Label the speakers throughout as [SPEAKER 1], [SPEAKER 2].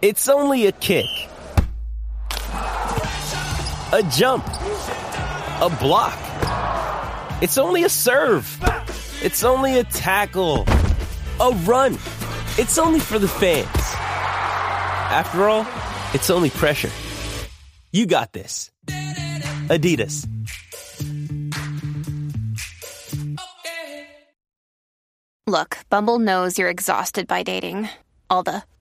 [SPEAKER 1] It's only a kick, a jump, a block. It's only a serve. It's only a tackle, a run. It's only for the fans. After all, it's only pressure. You got this. Adidas.
[SPEAKER 2] Look, Bumble knows you're exhausted by dating. All the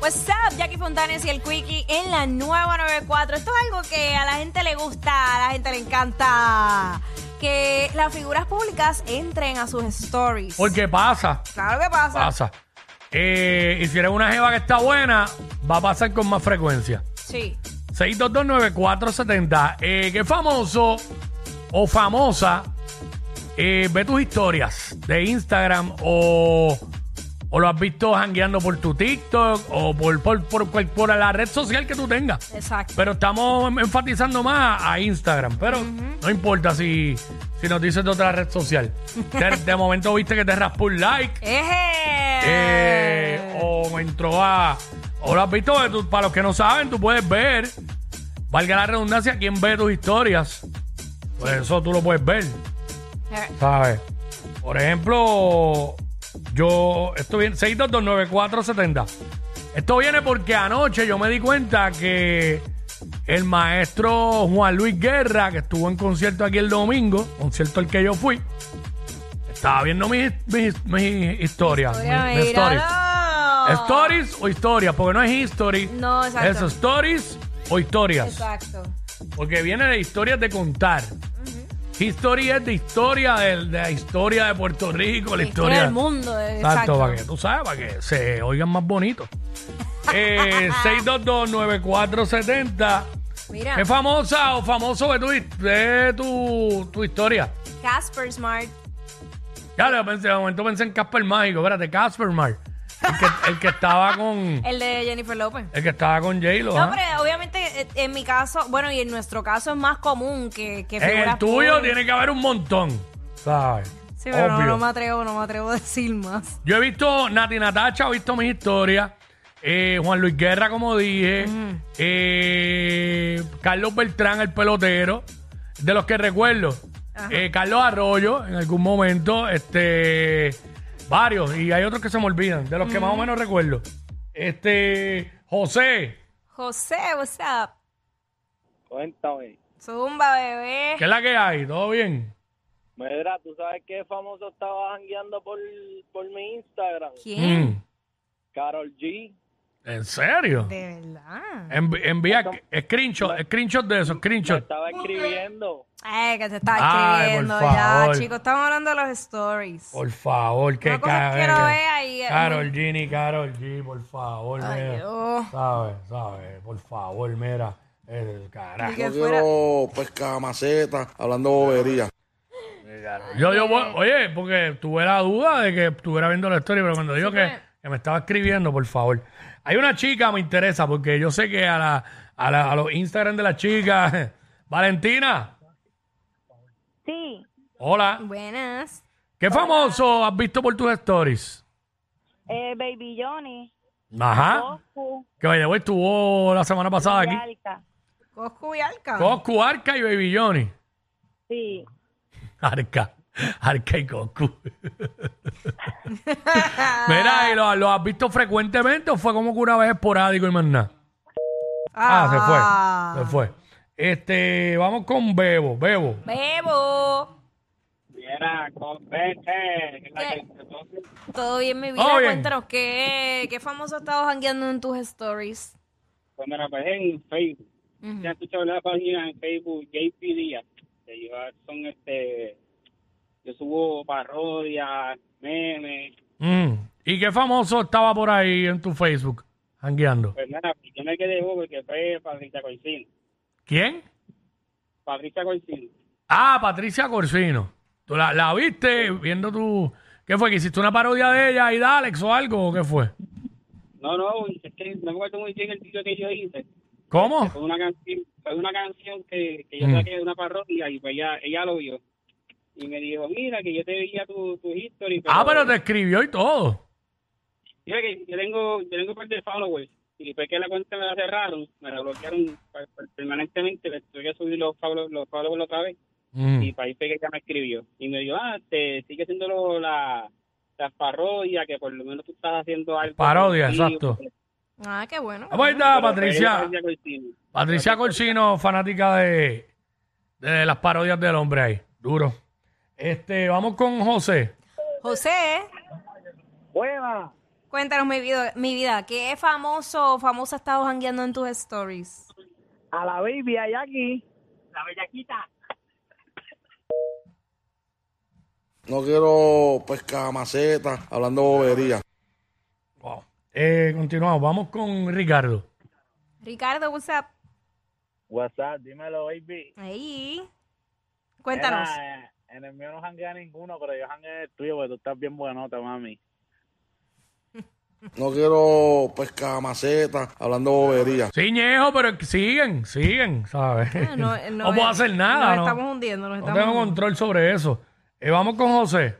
[SPEAKER 3] What's up, Jackie Fontanes y el Quickie en la nueva 94. Esto es algo que a la gente le gusta, a la gente le encanta. Que las figuras públicas entren a sus stories.
[SPEAKER 4] Porque pasa,
[SPEAKER 3] Claro que pasa.
[SPEAKER 4] pasa. Eh, y si eres una jeva que está buena, va a pasar con más frecuencia.
[SPEAKER 3] Sí.
[SPEAKER 4] 6229470. Eh, ¿Qué famoso o famosa eh, ve tus historias de Instagram o, o lo has visto jangueando por tu TikTok o por, por, por, cual- por la red social que tú tengas?
[SPEAKER 3] Exacto.
[SPEAKER 4] Pero estamos em- enfatizando más a Instagram. Pero no importa si, si nos dices de otra red social. De, de momento viste que te raspó un like.
[SPEAKER 3] Eje.
[SPEAKER 4] Eh, o me entró a. O lo has visto, eh, tú- para los que no saben, tú puedes ver, valga la redundancia, quién ve tus historias. Pues eso tú lo puedes ver,
[SPEAKER 3] Eh,
[SPEAKER 4] ¿sabes? Por ejemplo, yo. Esto viene. 6229470. Esto viene porque anoche yo me di cuenta que el maestro Juan Luis Guerra, que estuvo en concierto aquí el domingo, concierto al que yo fui, estaba viendo mis, mis, mis historias. mis-
[SPEAKER 3] mira,
[SPEAKER 4] mis stories.
[SPEAKER 3] míralo.
[SPEAKER 4] ¿Stories o historias? Porque no es history.
[SPEAKER 3] Ah. No, exacto.
[SPEAKER 4] Eso, stories o historias.
[SPEAKER 3] Exacto.
[SPEAKER 4] Porque viene de historias de contar. History es de historia, de, de la historia de Puerto Rico, la historia.
[SPEAKER 3] del mundo. eh,
[SPEAKER 4] Exacto,
[SPEAKER 3] Exacto.
[SPEAKER 4] para que tú sabes, para que se oigan más bonitos. Eh, 6229470.
[SPEAKER 3] Mira,
[SPEAKER 4] ¿Es famosa o famoso de tu, his- de tu, tu historia?
[SPEAKER 3] Casper Smart.
[SPEAKER 4] Ya lo pensé, de momento pensé en Casper Mágico, espérate, Casper Mar. El que, el que estaba con.
[SPEAKER 3] El de Jennifer López.
[SPEAKER 4] El que estaba con J-Lo.
[SPEAKER 3] No,
[SPEAKER 4] ¿ah?
[SPEAKER 3] pero obviamente eh, en mi caso, bueno, y en nuestro caso es más común que, que
[SPEAKER 4] En el
[SPEAKER 3] figuras
[SPEAKER 4] tuyo
[SPEAKER 3] públicas.
[SPEAKER 4] tiene que haber un montón, ¿sabes?
[SPEAKER 3] Sí, pero no,
[SPEAKER 4] Obvio.
[SPEAKER 3] no me atrevo, no me atrevo a decir más.
[SPEAKER 4] Yo he visto Nati Natacha, he visto mis historias. eh, Juan Luis Guerra, como dije. eh, Carlos Beltrán, el pelotero. De los que recuerdo. eh, Carlos Arroyo, en algún momento. Este. Varios. Y hay otros que se me olvidan. De los que más o menos recuerdo. Este. José,
[SPEAKER 3] José, what's up?
[SPEAKER 5] Cuéntame.
[SPEAKER 3] Zumba, bebé.
[SPEAKER 4] ¿qué es la que hay? ¿Todo bien?
[SPEAKER 5] Mira, tú sabes qué famoso estaba jangueando por, por mi Instagram.
[SPEAKER 3] ¿Quién?
[SPEAKER 4] Mm.
[SPEAKER 5] Carol G.
[SPEAKER 4] ¿En serio?
[SPEAKER 3] De verdad.
[SPEAKER 4] Envi- envía screenshot, screenshot de eso,
[SPEAKER 5] Me
[SPEAKER 4] screenshot.
[SPEAKER 5] estaba escribiendo.
[SPEAKER 3] Ay, Eh, que te está
[SPEAKER 4] Ay,
[SPEAKER 3] escribiendo
[SPEAKER 4] por
[SPEAKER 3] ya,
[SPEAKER 4] favor.
[SPEAKER 3] chicos. Estamos hablando de los stories.
[SPEAKER 4] Por favor, que
[SPEAKER 3] Una cosa es que lo vea y-
[SPEAKER 4] Carol G, ni Carol G, por favor, mira.
[SPEAKER 3] Dios.
[SPEAKER 4] Sabe, sabe, por favor, mira. El carajo.
[SPEAKER 3] Que
[SPEAKER 6] Yo
[SPEAKER 3] fuera-
[SPEAKER 6] quiero pescar maceta hablando bobería.
[SPEAKER 4] Yo, yo, voy- oye, porque tuve la duda de que estuviera viendo la historia, pero cuando digo que, que me estaba escribiendo, por favor. Hay una chica, me interesa, porque yo sé que a, la, a, la- a los Instagram de la chica, Valentina,
[SPEAKER 7] Sí,
[SPEAKER 4] hola.
[SPEAKER 3] Buenas.
[SPEAKER 4] ¿Qué famoso has visto por tus stories?
[SPEAKER 7] eh, Baby Johnny,
[SPEAKER 4] Ajá.
[SPEAKER 7] Goku
[SPEAKER 4] Que vaya, güey, estuvo la semana pasada
[SPEAKER 7] y
[SPEAKER 4] aquí.
[SPEAKER 7] Alca.
[SPEAKER 3] Coscu y Alca.
[SPEAKER 4] Coscu, Arca y Baby Johnny.
[SPEAKER 7] Sí,
[SPEAKER 4] Arca. Arca y Coscu. Mira, ¿y lo, lo has visto frecuentemente o fue como que una vez esporádico y más nada? Ah, se fue. Se fue. Este, vamos con Bebo, Bebo.
[SPEAKER 3] Bebo.
[SPEAKER 5] Mira, con vete.
[SPEAKER 3] ¿Qué? Todo bien, mi vida.
[SPEAKER 4] Todo bien.
[SPEAKER 3] Cuéntanos qué, qué famoso estabas jangueando en tus stories.
[SPEAKER 5] Pues mira, pues en Facebook. Ya escuchado la página en Facebook JP Díaz. Que yo son este. Yo subo parodias, memes.
[SPEAKER 4] Mm. ¿Y qué famoso estaba por ahí en tu Facebook? Hangueando.
[SPEAKER 5] Pues nada, pues yo me quedé bobo porque fue para Rita Coicina.
[SPEAKER 4] ¿Quién?
[SPEAKER 5] Patricia Corsino.
[SPEAKER 4] Ah, Patricia Corsino. ¿Tú la, la viste viendo tu... ¿Qué fue? ¿Que hiciste una parodia de ella y de Alex o algo? ¿O qué fue?
[SPEAKER 5] No, no, es que no recuerdo muy bien el título que yo hice.
[SPEAKER 4] ¿Cómo?
[SPEAKER 5] Fue una canción, fue una canción que, que yo
[SPEAKER 4] Mm.
[SPEAKER 5] saqué de una parroquia y pues ella, ella lo vio. Y me dijo, mira, que yo te veía tu, tu history.
[SPEAKER 4] Ah, pero te escribió y todo.
[SPEAKER 5] Yo, que yo tengo, yo tengo un par de followers. Y después que la cuenta me la cerraron, me la bloquearon pa- pa- permanentemente, le tuve que subir los followers, los followers otra vez.
[SPEAKER 4] Mm.
[SPEAKER 5] Y para ahí fue que ella me escribió. Y me dijo, ah, te sigue haciendo lo- la, las parodias, que por lo menos tú estás haciendo algo.
[SPEAKER 4] Parodia,
[SPEAKER 5] contigo".
[SPEAKER 4] exacto.
[SPEAKER 3] Ah, qué bueno.
[SPEAKER 4] Ah, pues ahí está,
[SPEAKER 5] Pero
[SPEAKER 4] Patricia.
[SPEAKER 5] fue Corsini.
[SPEAKER 4] Patricia Corsino, fanática de, de las parodias del hombre ahí. Duro. Este, vamos con José.
[SPEAKER 3] José,
[SPEAKER 5] Buena.
[SPEAKER 3] cuéntanos mi vida, mi vida. ¿Qué famoso o famosa has estado jangueando en tus stories?
[SPEAKER 5] A la baby, hay aquí. La bellaquita.
[SPEAKER 6] No quiero pescar maceta hablando bobería.
[SPEAKER 4] Wow. Eh, continuamos, vamos con Ricardo.
[SPEAKER 3] Ricardo, what's up?
[SPEAKER 8] WhatsApp, dímelo, baby.
[SPEAKER 3] Ahí. Cuéntanos.
[SPEAKER 8] Mira, eh, en el mío no janguea ninguno, pero yo jangueo en el tuyo porque tú estás bien buenota, mami.
[SPEAKER 6] No quiero pescar maceta hablando bobería.
[SPEAKER 4] Sí, Ñejo, pero siguen, siguen, ¿sabes?
[SPEAKER 3] Ah,
[SPEAKER 4] No,
[SPEAKER 3] eh,
[SPEAKER 4] puedo
[SPEAKER 3] eh,
[SPEAKER 4] hacer
[SPEAKER 3] Nos
[SPEAKER 4] nada, ¿no?
[SPEAKER 3] estamos hundiendo, nos
[SPEAKER 4] No
[SPEAKER 3] estamos
[SPEAKER 4] tengo control sobre eso. Eh, vamos con José.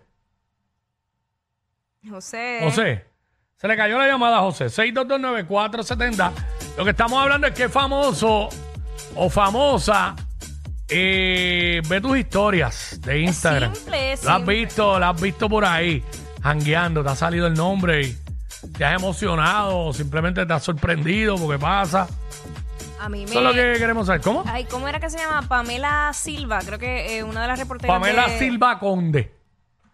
[SPEAKER 3] hundiendo. José.
[SPEAKER 4] José, se le cayó la llamada a José. 6229470. Lo que estamos hablando es que famoso o famosa eh, ve tus historias de Instagram.
[SPEAKER 3] simple, es
[SPEAKER 4] Lo has
[SPEAKER 3] simple.
[SPEAKER 4] visto, lo has visto por ahí, hangueando, te ha salido el nombre y te has emocionado o simplemente te has sorprendido porque pasa.
[SPEAKER 3] A mí me...
[SPEAKER 4] Eso es lo que queremos saber. ¿Cómo?
[SPEAKER 3] Ay, ¿cómo era que se llama? Pamela Silva, creo que eh, una de las reporteras
[SPEAKER 4] Pamela
[SPEAKER 3] de-
[SPEAKER 4] Silva Conde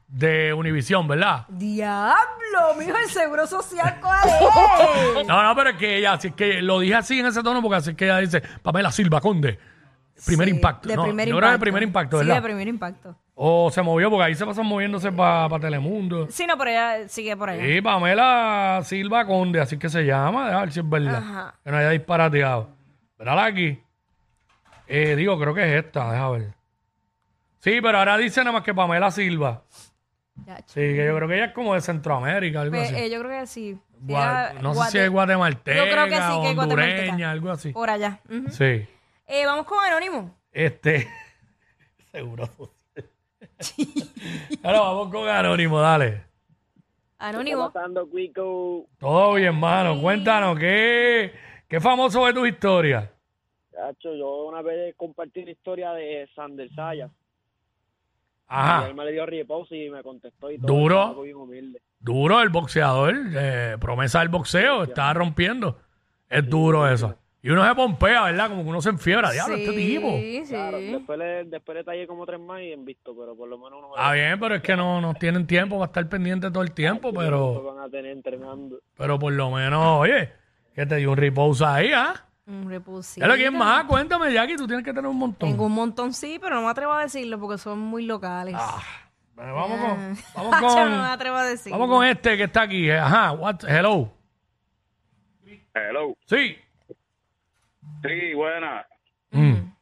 [SPEAKER 4] de Univisión, ¿verdad?
[SPEAKER 3] ¡Diablo! ¡Mijo, el seguro social cuál es!
[SPEAKER 4] No, no, pero es que ella, así es que lo dije así en ese tono porque así es que ella dice, Pamela Silva Conde, primer
[SPEAKER 3] Sí,
[SPEAKER 4] impacto.
[SPEAKER 3] De
[SPEAKER 4] no,
[SPEAKER 3] primer
[SPEAKER 4] yo
[SPEAKER 3] impacto.
[SPEAKER 4] creo que de primer impacto,
[SPEAKER 3] Sí,
[SPEAKER 4] ¿verdad?
[SPEAKER 3] de primer impacto.
[SPEAKER 4] O se movió porque ahí se pasan moviéndose para Telemundo.
[SPEAKER 3] Sí, no, pero ella sigue por allá.
[SPEAKER 4] Sí, Pamela Silva Conde, así que se llama, a ver si es verdad.
[SPEAKER 3] Ajá.
[SPEAKER 4] Que no haya disparateado. Mírala aquí. Eh, digo, creo que es esta, déjame ver. Sí, pero ahora dice nada más que Pamela Silva.
[SPEAKER 3] Ya, ch-
[SPEAKER 4] Sí, que yo creo que ella es como de Centroamérica, algo
[SPEAKER 3] Pues,
[SPEAKER 4] así.
[SPEAKER 3] eh, yo creo que sí. Sí,
[SPEAKER 4] Gua-
[SPEAKER 3] era
[SPEAKER 4] no sé
[SPEAKER 3] guate-
[SPEAKER 4] si es guatemalteca,
[SPEAKER 3] Yo creo que sí, que es
[SPEAKER 4] hondureña,
[SPEAKER 3] guatemalteca.
[SPEAKER 4] algo así.
[SPEAKER 3] Por allá. Ujú.
[SPEAKER 4] Sí.
[SPEAKER 3] Eh, vamos con Anónimo.
[SPEAKER 4] Este. Seguro. Ahora vamos con Anónimo, dale.
[SPEAKER 3] Anónimo.
[SPEAKER 8] pasando, Cuico?
[SPEAKER 4] Todo bien, hermano. Cuéntanos, ¿qué, ¿qué famoso fue tu historia?
[SPEAKER 8] Cacho, yo una vez compartí la historia de Sander Sayas.
[SPEAKER 4] Ajá.
[SPEAKER 8] me le dio repost y me contestó y
[SPEAKER 4] todo. Ah. Duro. Chamaco
[SPEAKER 8] bien humilde.
[SPEAKER 4] Duro el boxeador, eh, promesa del boxeo, está rompiendo. Es duro eso. Y uno se pompea, ¿verdad? Como que uno se enfiebra. Diablo, este tipo.
[SPEAKER 3] Sí, sí.
[SPEAKER 8] después, le, después le tallé como tres más y en visto, pero por lo menos uno
[SPEAKER 4] Ah, bien, pero es que no, no tienen tiempo para estar pendiente todo el tiempo, pero,
[SPEAKER 8] van a tener entrenando.
[SPEAKER 4] pero por lo menos, oye, que te dio un repose ahí, ¿ah?
[SPEAKER 3] Un repulsivo.
[SPEAKER 4] Ya lo que más, cuéntame, Jackie, tú tienes que tener un montón.
[SPEAKER 3] Tengo un montón, sí, pero no me atrevo a decirlo porque son muy locales.
[SPEAKER 4] Ah, bueno, vamos con, vamos
[SPEAKER 3] Yo
[SPEAKER 4] con,
[SPEAKER 3] no me atrevo Ah. a decirlo.
[SPEAKER 4] vamos con este que está aquí. eh, Ajá, what- hello.
[SPEAKER 5] Hello.
[SPEAKER 4] Sí.
[SPEAKER 5] Sí, buena.
[SPEAKER 4] Mm.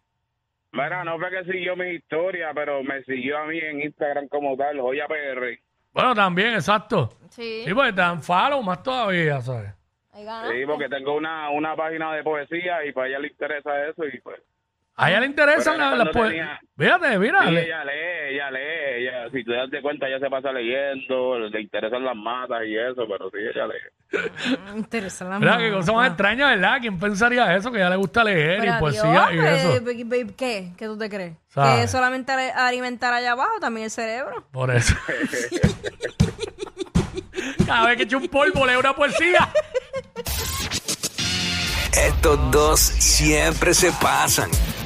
[SPEAKER 5] Mira, no fue que siguió mi historia, pero me siguió a mí en Instagram como tal, Joya PR.
[SPEAKER 4] Bueno, también, exacto.
[SPEAKER 3] Sí.
[SPEAKER 4] Sí, porque te dan follow más todavía, ¿sabes?
[SPEAKER 3] Ahí gana.
[SPEAKER 8] Ah.
[SPEAKER 5] Sí, porque tengo una, una página de poesía y para ella le interesa eso y pues...
[SPEAKER 4] A ella le interesan
[SPEAKER 5] Pero
[SPEAKER 4] las
[SPEAKER 5] era
[SPEAKER 4] las
[SPEAKER 5] cuando
[SPEAKER 4] pues.
[SPEAKER 5] tenía-
[SPEAKER 4] Fíjate, mira.
[SPEAKER 5] Sí,
[SPEAKER 4] le-
[SPEAKER 5] ella lee, ella lee, ella, si te das de cuenta, ella se pasa leyendo, le interesan las matas y eso, pero sí, ella lee.
[SPEAKER 3] Interesante. la
[SPEAKER 4] Mira, qué
[SPEAKER 3] mano.
[SPEAKER 4] cosa más extraña, ¿verdad? ¿Quién pensaría eso? Que a ella le gusta leer
[SPEAKER 3] Pero
[SPEAKER 4] y poesía
[SPEAKER 3] adiós,
[SPEAKER 4] y
[SPEAKER 3] pero,
[SPEAKER 4] eso.
[SPEAKER 3] eh, pe- pe- ¿Qué? ¿Qué tú te crees?
[SPEAKER 4] ¿Sabes?
[SPEAKER 3] Que solamente ale- alimentar allá abajo, también el cerebro.
[SPEAKER 4] Por eso. Cada vez que echa un polvo, lee una poesía.
[SPEAKER 9] Estos dos siempre se pasan.